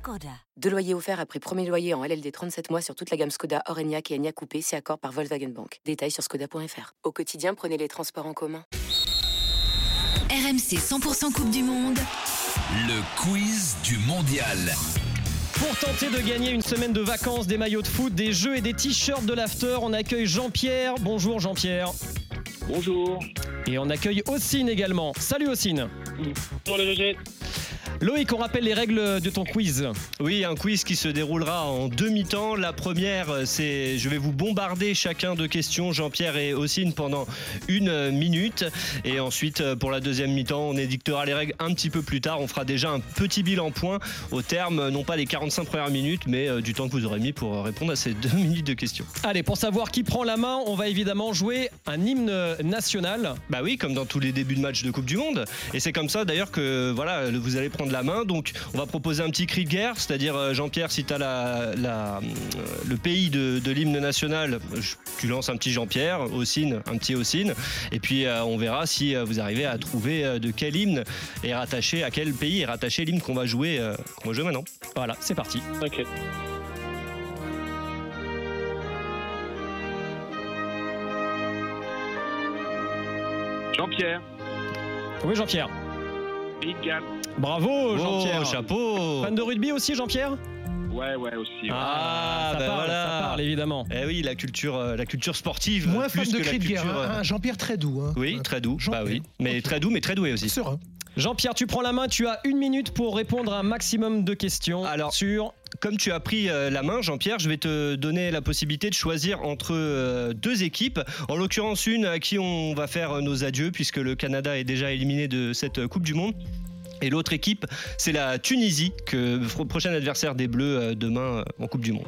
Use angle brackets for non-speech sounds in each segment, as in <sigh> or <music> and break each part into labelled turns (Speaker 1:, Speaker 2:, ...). Speaker 1: Skoda.
Speaker 2: Deux loyers offerts après premier loyer en LLD 37 mois sur toute la gamme Skoda, Orenia et Enya Coupé, c'est accord par Volkswagen Bank. Détails sur skoda.fr. Au quotidien, prenez les transports en commun.
Speaker 1: RMC 100% Coupe du Monde.
Speaker 3: Le quiz du mondial.
Speaker 4: Pour tenter de gagner une semaine de vacances, des maillots de foot, des jeux et des t-shirts de l'after, on accueille Jean-Pierre. Bonjour Jean-Pierre.
Speaker 5: Bonjour.
Speaker 4: Et on accueille Ossine également. Salut Ossine.
Speaker 5: Bonjour les GG.
Speaker 4: Loïc, on rappelle les règles de ton quiz.
Speaker 6: Oui, un quiz qui se déroulera en demi-temps. La première, euh, c'est je vais vous bombarder chacun de questions, Jean-Pierre et Ossine, pendant une euh, minute. Et ensuite, euh, pour la deuxième mi-temps, on édictera les règles un petit peu plus tard. On fera déjà un petit bilan point au terme, non pas des 45 premières minutes, mais euh, du temps que vous aurez mis pour répondre à ces <laughs> deux minutes de questions.
Speaker 4: Allez, pour savoir qui prend la main, on va évidemment jouer un hymne national.
Speaker 6: Bah oui, comme dans tous les débuts de match de Coupe du Monde. Et c'est comme ça d'ailleurs que voilà, vous allez prendre la main. Donc on va proposer un petit cri de guerre, c'est-à-dire euh, Jean-Pierre, si tu as la, la, euh, le pays de, de l'hymne national, tu lances un petit Jean-Pierre, Ossine, un petit Ossine, et puis euh, on verra si vous arrivez à trouver euh, de quel hymne est rattaché, à quel pays est rattaché l'hymne qu'on va jouer, euh, qu'on va jouer maintenant.
Speaker 4: Voilà, c'est parti.
Speaker 5: Ok. Jean-Pierre.
Speaker 4: Oui, Jean-Pierre.
Speaker 5: Big Gap.
Speaker 4: Bravo, Jean-Pierre.
Speaker 6: Oh, chapeau.
Speaker 4: Fan de rugby aussi, Jean-Pierre
Speaker 5: Ouais, ouais, aussi. ouais.
Speaker 6: Ah,
Speaker 4: ça,
Speaker 6: bah
Speaker 4: parle,
Speaker 6: voilà.
Speaker 4: ça parle, évidemment.
Speaker 6: Eh oui, la culture, euh, la culture sportive.
Speaker 7: Moins
Speaker 6: plus
Speaker 7: fan de
Speaker 6: que la
Speaker 7: cri de guerre.
Speaker 6: culture,
Speaker 7: hein.
Speaker 6: euh,
Speaker 7: Un Jean-Pierre très doux. hein.
Speaker 6: Oui,
Speaker 7: Euh,
Speaker 6: très doux. Bah
Speaker 7: Jean-Pierre.
Speaker 6: oui, mais
Speaker 7: Ok.
Speaker 6: très doux, mais très doué
Speaker 1: Euh,
Speaker 6: aussi.
Speaker 7: Serein.
Speaker 4: Jean-Pierre, tu prends la main, tu as une minute pour répondre à un maximum de questions
Speaker 6: Alors-
Speaker 4: sur
Speaker 6: Comme tu as pris euh, la main, Jean-Pierre, je vais te donner la possibilité de choisir entre euh, deux équipes. En l'occurrence, une à qui on va faire euh, nos adieux, puisque le Canada est déjà éliminé de cette euh, Coupe du Monde. Et l'autre équipe, c'est la Tunisie, que fro- prochain adversaire des Bleus euh, demain euh, en Coupe du Monde.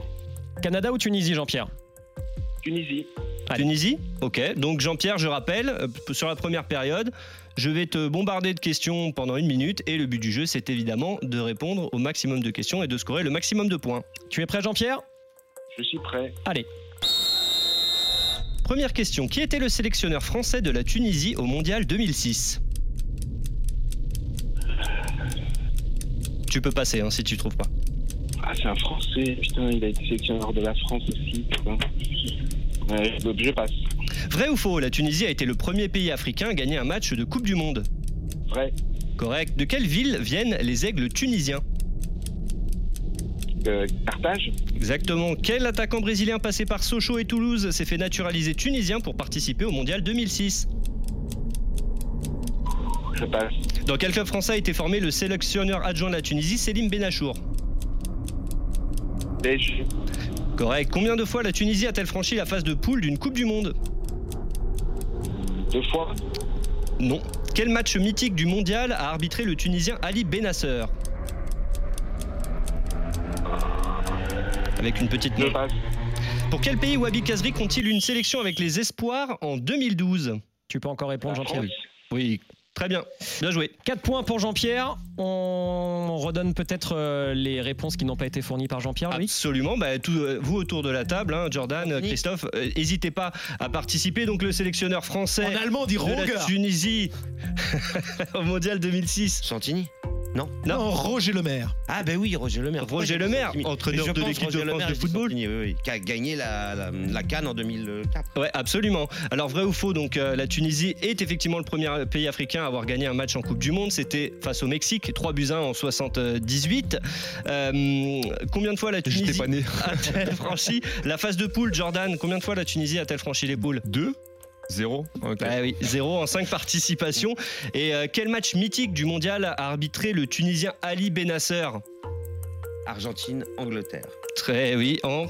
Speaker 4: Canada ou Tunisie, Jean-Pierre
Speaker 5: Tunisie.
Speaker 4: Allez.
Speaker 6: Tunisie Ok. Donc Jean-Pierre, je rappelle, euh, p- sur la première période, je vais te bombarder de questions pendant une minute et le but du jeu, c'est évidemment de répondre au maximum de questions et de scorer le maximum de points.
Speaker 4: Tu es prêt, Jean-Pierre
Speaker 5: Je suis prêt.
Speaker 6: Première question, qui était le sélectionneur français de la Tunisie au Mondial 2006 Tu peux passer hein, si tu trouves pas.
Speaker 5: Ah, c'est un Français. Putain, il a été sélectionneur de la France aussi. putain. Ouais, je je passe.
Speaker 6: Vrai ou faux, la Tunisie a été le premier pays africain à gagner un match de Coupe du Monde.
Speaker 5: Vrai.
Speaker 6: Correct. De quelle ville viennent les aigles tunisiens
Speaker 5: Euh, Carthage.
Speaker 6: Exactement. Quel attaquant brésilien passé par Sochaux et Toulouse s'est fait naturaliser tunisien pour participer au Mondial 2006
Speaker 5: Je passe.
Speaker 6: Dans quel club français a été formé le sélectionneur adjoint de la Tunisie, Selim Benachour
Speaker 5: Belge.
Speaker 6: Correct. Combien de fois la Tunisie a-t-elle franchi la phase de poule d'une Coupe du Monde
Speaker 5: Deux fois.
Speaker 6: Non. Quel match mythique du mondial a arbitré le Tunisien Ali Benasser Avec une petite
Speaker 5: Je
Speaker 6: note.
Speaker 5: passe.
Speaker 6: Pour quel pays Wabi Kazri compte-t-il une sélection avec les Espoirs en 2012
Speaker 4: Tu peux encore répondre,
Speaker 5: La
Speaker 4: Jean-Pierre.
Speaker 5: France.
Speaker 6: Bah, Oui. Très bien. Bien joué.
Speaker 4: 4 points pour Jean-Pierre. On on redonne peut-être euh, les réponses qui n'ont pas été fournies par Jean-Pierre, lui.
Speaker 6: Absolument. Bah, tout, euh, vous autour de la table, hein, Jordan, euh,
Speaker 4: Ah Oui.
Speaker 6: Christophe, n'hésitez pas à participer. Donc le sélectionneur français
Speaker 7: En allemand, on dit
Speaker 6: de la
Speaker 7: Roger.
Speaker 6: Tunisie <laughs> au Mondial 2006.
Speaker 8: Santini
Speaker 6: Non.
Speaker 7: Non, Roger Le Maire.
Speaker 8: Ah ben oui, Roger Lemaire.
Speaker 6: Roger Lemaire, entraîneur de l'équipe de France de football.
Speaker 8: Qui a gagné la, la, la Cannes en 2004.
Speaker 6: Ouais, absolument. Alors vrai ou faux, donc euh, la Tunisie est effectivement le premier euh, pays africain à avoir gagné un match en Coupe du Monde. C'était face au Mexique, 3 buts 1 en 78. Euh, combien de fois la Tunisie
Speaker 7: né.
Speaker 6: a-t-elle franchi la phase de poule, Jordan Combien de fois la Tunisie a-t-elle franchi les poules
Speaker 9: 2 0 Ok.
Speaker 6: Ah oui, 0 en 5 participations. Et euh, quel match mythique du mondial a arbitré le Tunisien Ali Benasser
Speaker 8: Argentine, Angleterre.
Speaker 6: Très oui, en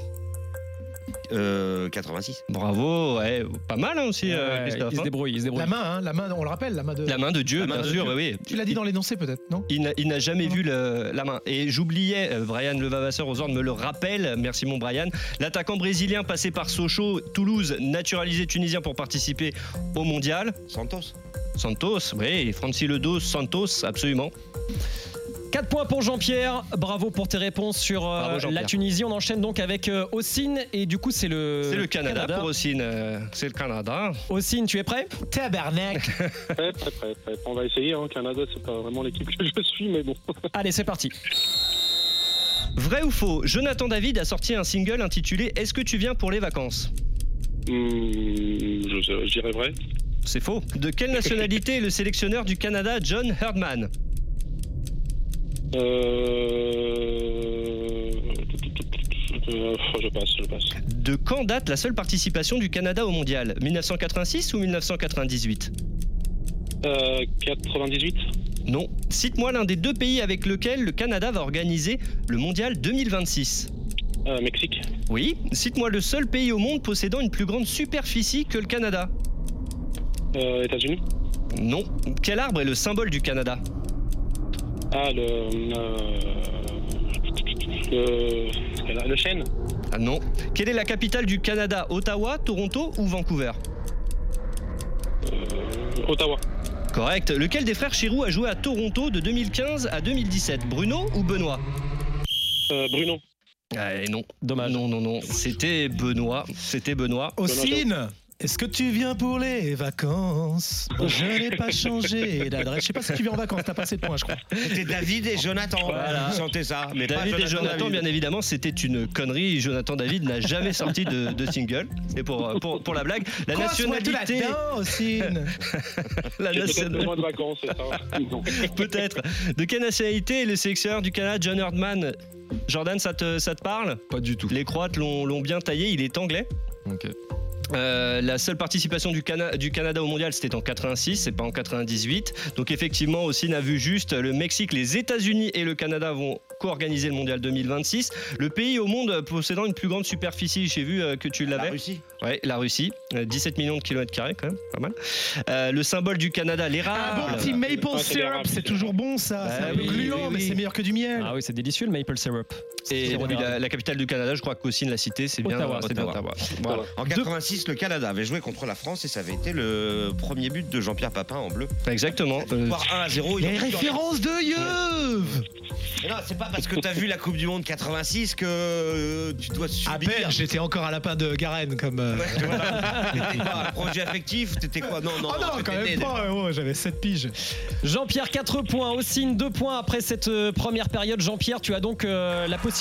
Speaker 8: euh, 86.
Speaker 6: Bravo, ouais, pas mal hein, aussi, euh,
Speaker 1: Ouais,
Speaker 6: Christophe.
Speaker 4: Il se
Speaker 6: hein.
Speaker 4: débrouille, il se
Speaker 1: La
Speaker 4: débrouille.
Speaker 1: main, hein, la main, on le rappelle, la main de.
Speaker 6: La main de Dieu,
Speaker 8: La main
Speaker 6: bien
Speaker 8: de
Speaker 6: sûr,
Speaker 8: Dieu.
Speaker 6: oui. oui.
Speaker 1: Tu l'as dit dans l'énoncé peut-être, non
Speaker 6: Il n'a- il n'a jamais
Speaker 1: Non.
Speaker 6: vu le- la main. Et j'oubliais, euh, Brian Levavasseur aux ordres me le rappelle, merci mon Brian, l'attaquant brésilien passé par Sochaux, Toulouse, naturalisé tunisien pour participer au mondial.
Speaker 8: Santos.
Speaker 6: Santos, oui, Francis Ledos, Santos, absolument.
Speaker 4: 4 points pour Jean-Pierre. Bravo pour tes réponses sur euh,
Speaker 6: Bravo, Jean-Pierre.
Speaker 4: la Tunisie. On enchaîne donc avec euh, Ossine. Et du coup, c'est le,
Speaker 6: C'est le Canada, pour Ossine. euh, C'est le Canada.
Speaker 4: Ossine, tu es prêt
Speaker 1: Tabarnak
Speaker 5: Prêt, prêt, prêt, prêt. On va essayer. Hein. Canada, c'est pas vraiment l'équipe que je suis, mais bon.
Speaker 4: Allez, c'est parti.
Speaker 6: Vrai ou faux Jonathan David a sorti un single intitulé Est-ce que tu viens pour les vacances
Speaker 5: Hmm, je, sais- je dirais vrai.
Speaker 6: C'est faux. De quelle nationalité est le sélectionneur du Canada, John Herdman
Speaker 5: Euh... euh, Je passe, je passe.
Speaker 6: De quand date la seule participation du Canada au mondial 1986 ou 1998
Speaker 5: Euh, 98
Speaker 6: Non. Cite-moi l'un des deux pays avec lequel le Canada va organiser le mondial 2026.
Speaker 5: euh, Mexique
Speaker 6: Oui. Cite-moi le seul pays au monde possédant une plus grande superficie que le Canada.
Speaker 5: euh, États-Unis
Speaker 6: Non. Quel arbre est le symbole du Canada
Speaker 5: Ah, le... Euh... Le... Le, le chêne
Speaker 6: Ah non. Quelle est la capitale du Canada Ottawa, Toronto ou Vancouver
Speaker 5: euh, Ottawa
Speaker 6: Correct. Lequel des frères Chirou a joué à Toronto de 2015 à 2017 Bruno ou Benoît
Speaker 5: euh, Bruno
Speaker 6: Ah, et non.
Speaker 4: Dommage.
Speaker 6: Non, non, non. C'était Benoît. C'était Benoît.
Speaker 1: Ossine est-ce que tu viens pour les vacances Je n'ai pas changé d'adresse. Je sais pas si tu viens en vacances, t'as pas assez de points, je crois.
Speaker 8: C'était David et Jonathan.
Speaker 6: <laughs> Voilà.
Speaker 8: Ils chantaient ça. Mais
Speaker 6: David
Speaker 8: pas
Speaker 6: et Jonathan, bien évidemment, c'était une connerie. Jonathan David n'a jamais sorti de, de single. Et pour, euh, pour, pour la blague, la nationalité.
Speaker 1: Ossine
Speaker 6: La
Speaker 5: J'ai peut-être
Speaker 6: nationalité.
Speaker 5: besoin de vacances, c'est ça Non.
Speaker 6: Peut-être. De quelle nationalité est le sélectionneur du Canada, John Herdman Jordan, ça te, ça te parle
Speaker 9: Pas du tout.
Speaker 6: Les Croates l'ont l'ont bien taillé, il est anglais.
Speaker 9: Ok.
Speaker 6: Euh, la seule participation du, Cana- du Canada au mondial, c'était en 86, c'est pas en 98. Donc effectivement, aussi n'a vu juste le Mexique, les États-Unis et le Canada vont co-organiser le mondial 2026. Le pays au monde possédant une plus grande superficie, j'ai vu euh, que tu
Speaker 8: La
Speaker 6: l'avais.
Speaker 8: Russie.
Speaker 6: Ouais, la Russie, Euh, 17 millions de kilomètres carrés quand même, pas mal. Euh, le symbole du Canada,
Speaker 1: Un
Speaker 6: l'érable.
Speaker 1: bon petit maple
Speaker 5: Ah, c'est grave,
Speaker 1: syrup, c'est
Speaker 5: c'est
Speaker 1: toujours bon ça.
Speaker 6: Bah
Speaker 1: C'est un
Speaker 6: oui,
Speaker 1: peu gluant,
Speaker 6: oui,
Speaker 1: mais
Speaker 6: oui.
Speaker 1: c'est meilleur que du miel.
Speaker 4: Ah oui, c'est délicieux le maple syrup.
Speaker 6: Et
Speaker 4: C'est
Speaker 6: oui, la,
Speaker 4: formidable.
Speaker 6: la capitale du Canada, je crois qu'Ossine l'a cité, c'est bien
Speaker 4: Ottawa,
Speaker 6: c'est bien Ottawa.
Speaker 8: Voilà. En 86, le Canada avait joué contre la France et ça avait été le premier but de Jean-Pierre Papin en bleu.
Speaker 6: Exactement. Euh,
Speaker 8: Par 1 à 0. ils ont
Speaker 1: Les
Speaker 8: tout enlevé.
Speaker 1: références de Yeuve
Speaker 8: Mais non, c'est pas parce que t'as vu la Coupe du Monde 86 que euh, tu dois
Speaker 6: Ah,
Speaker 1: À
Speaker 8: subir.
Speaker 1: peine, j'étais encore un lapin de Garenne comme. euh,
Speaker 8: Ouais, <laughs> voilà. T'étais quoi Un projet affectif T'étais quoi Non, non.
Speaker 1: Oh non, quand
Speaker 8: t'étais
Speaker 1: même
Speaker 8: né,
Speaker 1: pas, euh, ouais, j'avais 7 piges.
Speaker 4: Jean-Pierre, 4 points. Ossine, 2 points après cette euh, première période. Jean-Pierre, tu as donc euh, la possibilité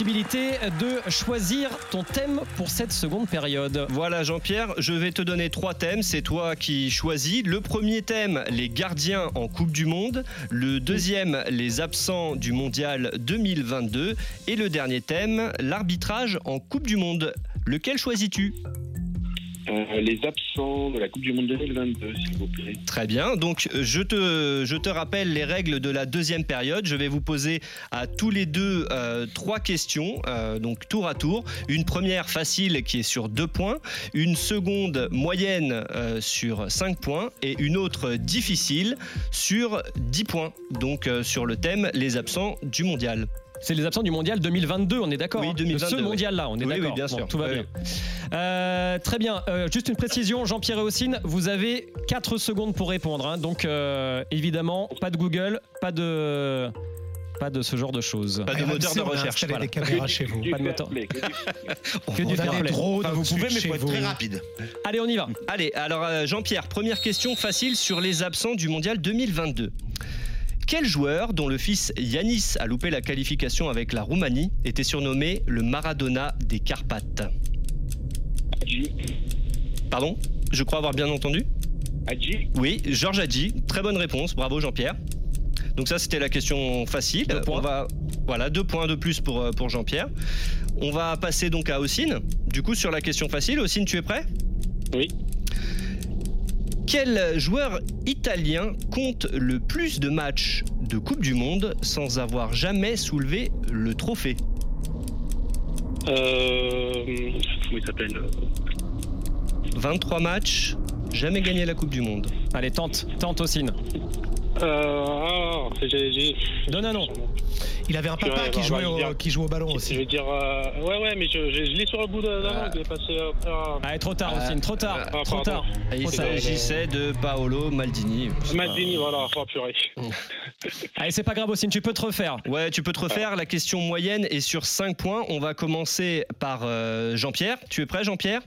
Speaker 4: de choisir ton thème pour cette seconde période.
Speaker 6: Voilà Jean-Pierre, je vais te donner trois thèmes, c'est toi qui choisis. Le premier thème, les gardiens en Coupe du Monde. Le deuxième, les absents du Mondial 2022. Et le dernier thème, l'arbitrage en Coupe du Monde. Lequel choisis-tu
Speaker 5: Euh, les absents de la Coupe du Monde 2022, s'il vous plaît.
Speaker 6: Très bien, donc euh, je te, je te rappelle les règles de la deuxième période. Je vais vous poser à tous les deux euh, trois questions, euh, donc tour à tour. Une première facile qui est sur deux points, une seconde moyenne euh, sur cinq points et une autre difficile sur 10 points, donc euh, sur le thème les absents du mondial.
Speaker 4: C'est les absents du mondial 2022, on est d'accord
Speaker 6: Oui,
Speaker 4: hein, de
Speaker 6: 2022,
Speaker 4: ce
Speaker 6: oui.
Speaker 4: mondial-là, on est
Speaker 6: Oui,
Speaker 4: d'accord.
Speaker 6: oui, bien
Speaker 4: Bon,
Speaker 6: sûr.
Speaker 4: tout va
Speaker 6: Oui,
Speaker 4: bien. Euh, très bien. Euh, juste une précision, Jean-Pierre et Ossine, vous avez 4 secondes pour répondre. hein. donc, euh, évidemment, pas de Google, pas de, pas de ce genre de choses.
Speaker 6: Pas de
Speaker 1: RMC,
Speaker 6: moteur de
Speaker 1: Ah, on a
Speaker 6: recherche.
Speaker 1: installé
Speaker 6: voilà.
Speaker 1: des caméras chez <laughs> vous.
Speaker 5: Du
Speaker 4: Pas de
Speaker 5: fair
Speaker 4: moteur.
Speaker 5: play, que du-
Speaker 4: Que du
Speaker 1: On a
Speaker 4: fair
Speaker 1: des
Speaker 4: play.
Speaker 1: drones
Speaker 8: Enfin, vous pouvez, mais
Speaker 1: au-dessus de
Speaker 8: faut
Speaker 1: chez
Speaker 8: être très
Speaker 1: vous.
Speaker 8: rapide.
Speaker 4: Allez, on y va.
Speaker 6: Allez, alors euh, Jean-Pierre, première question facile sur les absents du mondial 2022. Quel joueur, dont le fils Yanis a loupé la qualification avec la Roumanie, était surnommé le Maradona des Carpates
Speaker 5: Hadji.
Speaker 6: Pardon Je crois avoir bien entendu
Speaker 5: Hadji.
Speaker 6: Oui, Georges a dit. Très bonne réponse, bravo Jean-Pierre. Donc ça, c'était la question facile.
Speaker 4: Deux points.
Speaker 6: On va, voilà, deux points de plus pour, euh, pour Jean-Pierre. On va passer donc à Ossine. Du coup, sur la question facile, Ossine, tu es prêt
Speaker 5: Oui.
Speaker 6: Quel joueur italien compte le plus de matchs de Coupe du Monde sans avoir jamais soulevé le trophée
Speaker 5: Euh, comment il s'appelle
Speaker 6: 23 matchs, jamais gagné la Coupe du Monde.
Speaker 4: Allez, tente, tente Ossine.
Speaker 5: euh, ah, c'est- j'ai- j'ai-
Speaker 4: Donne un nom.
Speaker 1: Il avait un
Speaker 5: Purée,
Speaker 1: papa qui
Speaker 5: bah,
Speaker 1: jouait,
Speaker 5: bah, il
Speaker 1: au,
Speaker 5: vient.
Speaker 1: qui jouait au ballon
Speaker 5: Je
Speaker 1: aussi.
Speaker 5: veux dire, euh, ouais, ouais, mais je, je, je l'ai sur le bout de la langue, il est passé. euh, ah,
Speaker 4: Allez, trop tard,
Speaker 6: Ah,
Speaker 4: Ossine, trop tard,
Speaker 5: ah,
Speaker 4: trop
Speaker 5: pardon.
Speaker 4: tard.
Speaker 6: Et il
Speaker 4: Trop tard.
Speaker 6: s'agissait de Paolo Maldini.
Speaker 5: Maldini, voilà, oh, purée.
Speaker 4: Allez, c'est pas grave, Ossine, tu peux te refaire.
Speaker 6: Ouais, tu peux te refaire. La question moyenne est sur 5 points. On va commencer par euh, Jean-Pierre. Tu es prêt, Jean-Pierre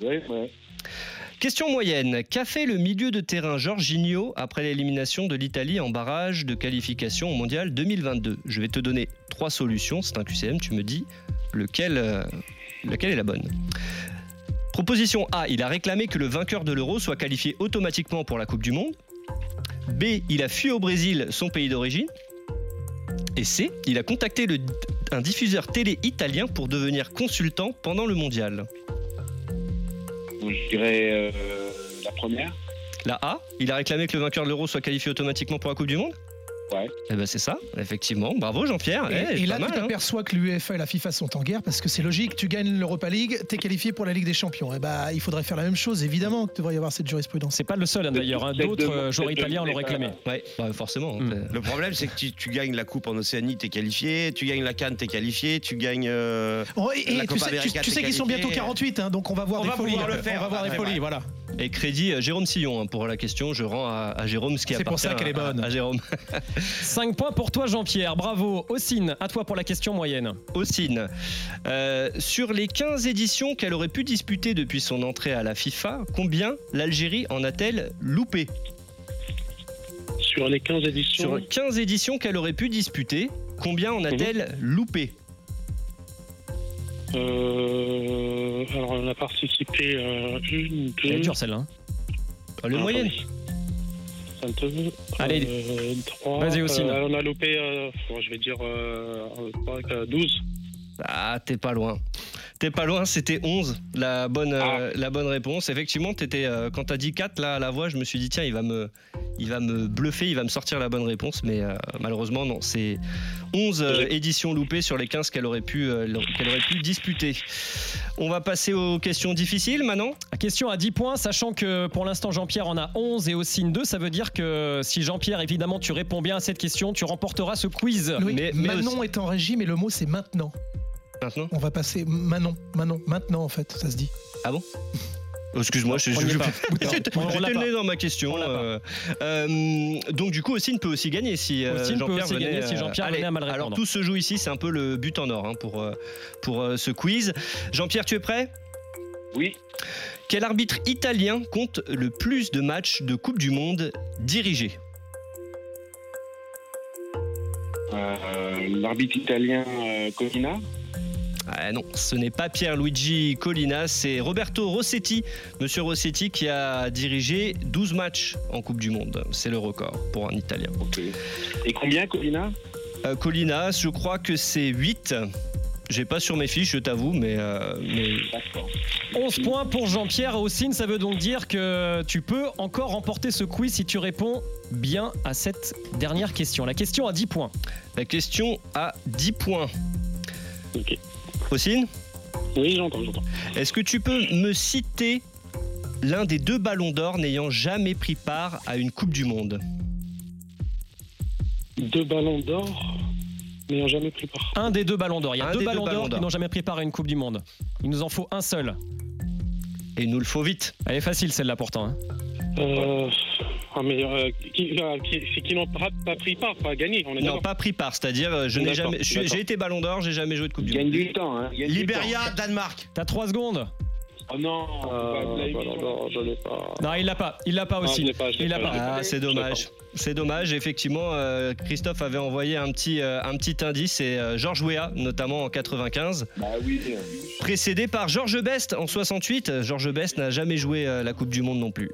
Speaker 5: Ouais, ouais.
Speaker 6: Question moyenne. Qu'a fait le milieu de terrain Jorginho après l'élimination de l'Italie en barrage de qualification au mondial 2022 Je vais te donner trois solutions. C'est un QCM. Tu me dis lequel, euh, laquelle est la bonne. Proposition A. Il a réclamé que le vainqueur de l'euro soit qualifié automatiquement pour la Coupe du Monde. B. Il a fui au Brésil, son pays d'origine. Et C. Il a contacté le- un diffuseur télé italien pour devenir consultant pendant le mondial.
Speaker 5: Donc, je dirais euh, la première.
Speaker 6: La A, il a réclamé que le vainqueur de l'euro soit qualifié automatiquement pour la Coupe du Monde
Speaker 5: Ouais.
Speaker 6: Eh ben c'est ça, effectivement. Bravo Jean-Pierre. Eh,
Speaker 1: Et, et
Speaker 6: pas
Speaker 1: là,
Speaker 6: mal,
Speaker 1: tu
Speaker 6: hein.
Speaker 1: t'aperçois que l'UEFA et la FIFA sont en guerre parce que c'est logique, tu gagnes l'Europa League, t'es qualifié pour la Ligue des Champions. Et bah, il faudrait faire la même chose, évidemment, que devrait y avoir cette jurisprudence.
Speaker 4: C'est pas le seul hein, d'ailleurs, hein.
Speaker 5: Cette
Speaker 4: d'autres
Speaker 5: demande-
Speaker 4: euh, joueurs
Speaker 5: cette
Speaker 4: italiens l'ont
Speaker 5: demande est pas-
Speaker 4: réclamé.
Speaker 6: Ouais, bah, forcément.
Speaker 4: Mm.
Speaker 6: euh,
Speaker 8: Le problème, c'est que tu, tu gagnes la Coupe en Océanie, t'es qualifié. Tu gagnes la Cannes, t'es qualifié. Tu gagnes. euh,
Speaker 1: Oh, et- et
Speaker 8: La
Speaker 1: tu
Speaker 8: Copa
Speaker 1: sais, tu-
Speaker 8: América,
Speaker 1: tu
Speaker 8: t'es
Speaker 1: sais qu'ils sont
Speaker 8: qualifié.
Speaker 1: bientôt 48, hein, donc on va voir
Speaker 8: On
Speaker 1: des
Speaker 8: va
Speaker 1: folies.
Speaker 8: pouvoir le faire.
Speaker 1: on va voir
Speaker 8: Ouais,
Speaker 1: des
Speaker 8: ouais,
Speaker 1: folies,
Speaker 8: ouais.
Speaker 1: voilà.
Speaker 6: Et crédit euh, Jérôme Sillon hein, pour la question. Je rends à, à Jérôme ce qui
Speaker 1: C'est pour
Speaker 6: appartient
Speaker 1: ça qu'elle est
Speaker 6: à-
Speaker 1: bonne.
Speaker 6: À, Jérôme. <laughs>
Speaker 4: 5 points pour toi, Jean-Pierre. Bravo. Ossine, à toi pour la question moyenne.
Speaker 6: Ossine, euh, sur les 15 éditions qu'elle aurait pu disputer depuis son entrée à la FIFA, combien l'Algérie en a-t-elle loupé
Speaker 5: Sur les 15 éditions,
Speaker 6: Sur 15 éditions qu'elle aurait pu disputer, combien en a-t-elle loupé
Speaker 5: euh, alors on a participé euh, une,
Speaker 4: Elle est
Speaker 5: deux,
Speaker 4: dure celle-là. hein.
Speaker 6: Le
Speaker 5: Ah,
Speaker 6: moyenne
Speaker 5: oui. Ça me tenait.
Speaker 4: Allez.
Speaker 5: Euh, trois.
Speaker 4: Vas-y, Houssine.
Speaker 5: Euh, on a loupé, euh, bon, je vais dire, euh, un, trois, quatre, 12.
Speaker 6: Ah, t'es pas loin. T'es pas loin, c'était 11, la bonne, euh, la bonne réponse. Effectivement, t'étais, euh, quand t'as dit 4 là, à la voix, je me suis dit, tiens, il va me, il va me bluffer, il va me sortir la bonne réponse. Mais euh, malheureusement, non, c'est 11 euh, éditions loupées sur les 15 qu'elle aurait, pu, euh, qu'elle aurait pu disputer. On va passer aux questions difficiles maintenant.
Speaker 4: Question à 10 points, sachant que pour l'instant Jean-Pierre en a 11 et Ossine 2, ça veut dire que si Jean-Pierre, évidemment, tu réponds bien à cette question, tu remporteras ce quiz.
Speaker 1: Louis,
Speaker 6: mais- mais
Speaker 1: Manon est en régie, mais le mot c'est maintenant.
Speaker 6: Maintenant
Speaker 1: On va passer Manon, Manon, maintenant en fait, ça se dit.
Speaker 6: Oh, Excuse-moi, je
Speaker 4: On y est pas.
Speaker 6: J'étais
Speaker 4: On l'a
Speaker 6: j'étais le
Speaker 4: pas.
Speaker 6: nez dans ma question.
Speaker 4: On l'a pas.
Speaker 6: euh, euh, donc du coup, Ossine peut aussi gagner si euh,
Speaker 4: Ossine peut
Speaker 6: Jean-Pierre
Speaker 4: aussi
Speaker 6: venait,
Speaker 4: gagner
Speaker 6: euh,
Speaker 4: si Jean-Pierre
Speaker 6: allez,
Speaker 4: venait à mal répondre.
Speaker 6: Alors tout se joue ici, c'est un peu le but en or hein, pour, euh, pour euh, ce quiz. Jean-Pierre, tu es prêt
Speaker 5: Oui.
Speaker 6: Quel arbitre italien compte le plus de matchs de Coupe du Monde dirigés
Speaker 5: Euh, L'arbitre italien euh, Colina.
Speaker 6: Ah non, ce n'est pas Pierre-Luigi Collina, c'est Roberto Rossetti. Monsieur Rossetti qui a dirigé 12 matchs en Coupe du Monde. C'est le record pour un Italien.
Speaker 5: Et combien Colina
Speaker 6: Euh, Colina, je crois que c'est 8. J'ai pas sur mes fiches, je t'avoue, mais, euh, mais
Speaker 4: 11 points pour Jean-Pierre Ossine, ça veut donc dire que tu peux encore remporter ce quiz si tu réponds bien à cette dernière question. La question à 10 points.
Speaker 6: la question a 10 points.
Speaker 5: Ok.
Speaker 6: Ossine,
Speaker 5: Oui, j'entends, j'entends.
Speaker 6: est-ce que tu peux me citer l'un des deux ballons d'or n'ayant jamais pris part à une Coupe du Monde
Speaker 5: Deux ballons d'or, n'ayant jamais pris part.
Speaker 4: Un des deux ballons d'or. Il y a
Speaker 6: Un
Speaker 4: deux
Speaker 6: des deux
Speaker 4: ballons d'or
Speaker 6: ballons
Speaker 4: qui
Speaker 6: d'or.
Speaker 4: n'ont jamais pris part à une Coupe du Monde. Il nous en faut un seul.
Speaker 6: Et il nous le faut vite.
Speaker 4: Elle est facile celle-là pourtant. hein.
Speaker 5: Euh, ah, mais euh, qui, euh, qui- c'est qui n'ont pas, pas pris part, pas gagné. On est
Speaker 6: Non,
Speaker 5: d'accord.
Speaker 6: pas pris part, c'est-à-dire euh, je n'ai
Speaker 5: D'accord,
Speaker 6: jamais, je suis-
Speaker 5: d'accord.
Speaker 6: j'ai été ballon d'or, j'ai jamais joué de Coupe du Monde.
Speaker 5: Gagne du temps, hein. gagne du temps.
Speaker 8: Libéria, Danemark.
Speaker 4: T'as 3 secondes
Speaker 5: Oh non, euh, ballon d'or, je l'ai pas.
Speaker 4: Non, il l'a pas. Il l'a pas
Speaker 5: Ah, je
Speaker 4: aussi.
Speaker 5: l'ai pas, je
Speaker 4: Il
Speaker 5: l'ai
Speaker 4: l'a
Speaker 5: pas, je l'ai
Speaker 4: pas.
Speaker 5: pas.
Speaker 6: Ah, c'est dommage. C'est dommage. Effectivement, euh, Christophe avait envoyé un petit, euh, un petit indice et euh, Georges Weah, notamment en 95.
Speaker 5: Bah oui.
Speaker 6: Précédé par Georges Best en 68. Georges Best n'a jamais joué euh, la Coupe du Monde non plus.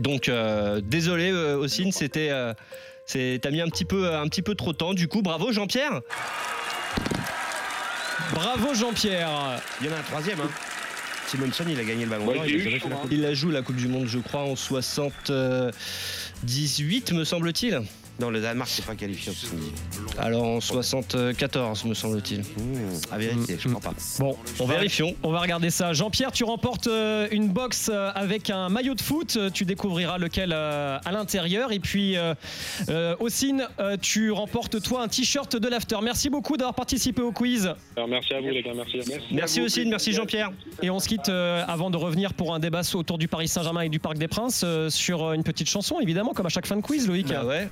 Speaker 6: Donc, euh, désolé, euh, Ossine, c'était. euh, c'est- T'as mis un petit, peu, un petit peu trop de temps. Du coup, bravo Jean-Pierre.
Speaker 4: Bravo Jean-Pierre.
Speaker 8: Il y en a un troisième. Hein. Simonson, il a gagné le ballon
Speaker 5: Moi,
Speaker 8: d'or.
Speaker 5: je
Speaker 8: il a
Speaker 5: l'ai
Speaker 8: jamais
Speaker 5: eu,
Speaker 8: fait la
Speaker 5: je
Speaker 8: Coupe.
Speaker 6: Il la joue la Coupe du Monde, je crois, en 78, me semble-t-il.
Speaker 8: Non, le Danemark, c'est pas qualifié. en Tunisie.
Speaker 6: Alors en 74, me semble-t-il.
Speaker 8: Ah,
Speaker 10: À vérifier, je crois pas.
Speaker 4: Bon, on va,
Speaker 6: Vérifions.
Speaker 4: on va regarder ça. Jean-Pierre, tu remportes euh, une box euh, avec un maillot de foot. Euh, Tu découvriras lequel euh, à l'intérieur. Et puis, euh, euh, Ossine, euh, tu remportes toi un t-shirt de l'After. Merci beaucoup d'avoir participé au quiz.
Speaker 5: Alors, Euh, merci à vous, les gars. Merci.
Speaker 6: Merci aussi, merci Jean-Pierre.
Speaker 4: Et on se quitte euh, avant de revenir pour un débat autour du Paris Saint-Germain et du Parc des Princes euh, sur euh, une petite chanson, évidemment, comme à chaque fin de quiz, Loïc.
Speaker 6: Ah ouais.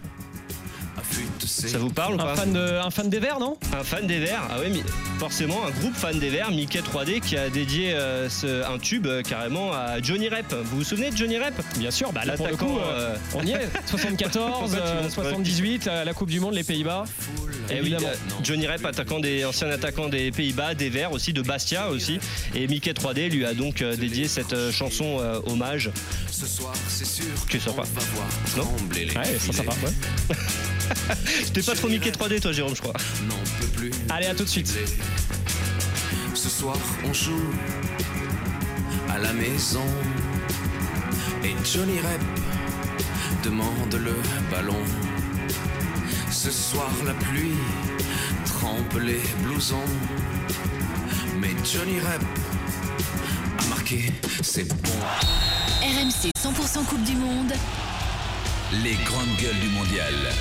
Speaker 8: Ah,
Speaker 6: Ça vous parle ou
Speaker 4: Un
Speaker 6: pas
Speaker 4: fan, de- un fan des Verts, non
Speaker 6: Un fan des Verts, ah oui, mais forcément un groupe fan des Verts, Mickey 3D, qui a dédié euh, ce- un tube euh, carrément à Johnny Rep. Vous vous souvenez de Johnny Rep
Speaker 4: Bien sûr, bah là pour le
Speaker 6: L'attaquant,
Speaker 4: coup, euh,
Speaker 6: euh,
Speaker 4: on y est. 74,
Speaker 6: Ouais, tu
Speaker 4: euh,
Speaker 6: montes, ouais.
Speaker 4: 78, euh, la Coupe du Monde, les Pays-Bas.
Speaker 6: eh oui,
Speaker 4: Évidemment.
Speaker 6: euh, Johnny Rep, attaquant des ancien attaquant des Pays-Bas, des Verts aussi, de Bastia aussi. Et Mickey 3D lui a donc euh, dédié cette euh, chanson euh, hommage.
Speaker 8: Ce soir, c'est sûr
Speaker 6: Que sympa.
Speaker 8: qu'on va voir
Speaker 6: Non
Speaker 8: trembler les
Speaker 4: Ouais, ça,
Speaker 8: filets.
Speaker 4: ça part, ouais.
Speaker 6: T'es pas trop Mickey 3D toi Jérôme je crois.
Speaker 8: N'en peut plus.
Speaker 4: Allez, à tout de suite.
Speaker 8: Ce soir, on joue à la maison. Et Johnny Rep demande le ballon. Ce soir, la pluie trempe les blousons. Mais Johnny Rep a marqué, c'est bon.
Speaker 7: RMC 100% Coupe du Monde.
Speaker 8: Les grandes gueules du mondial.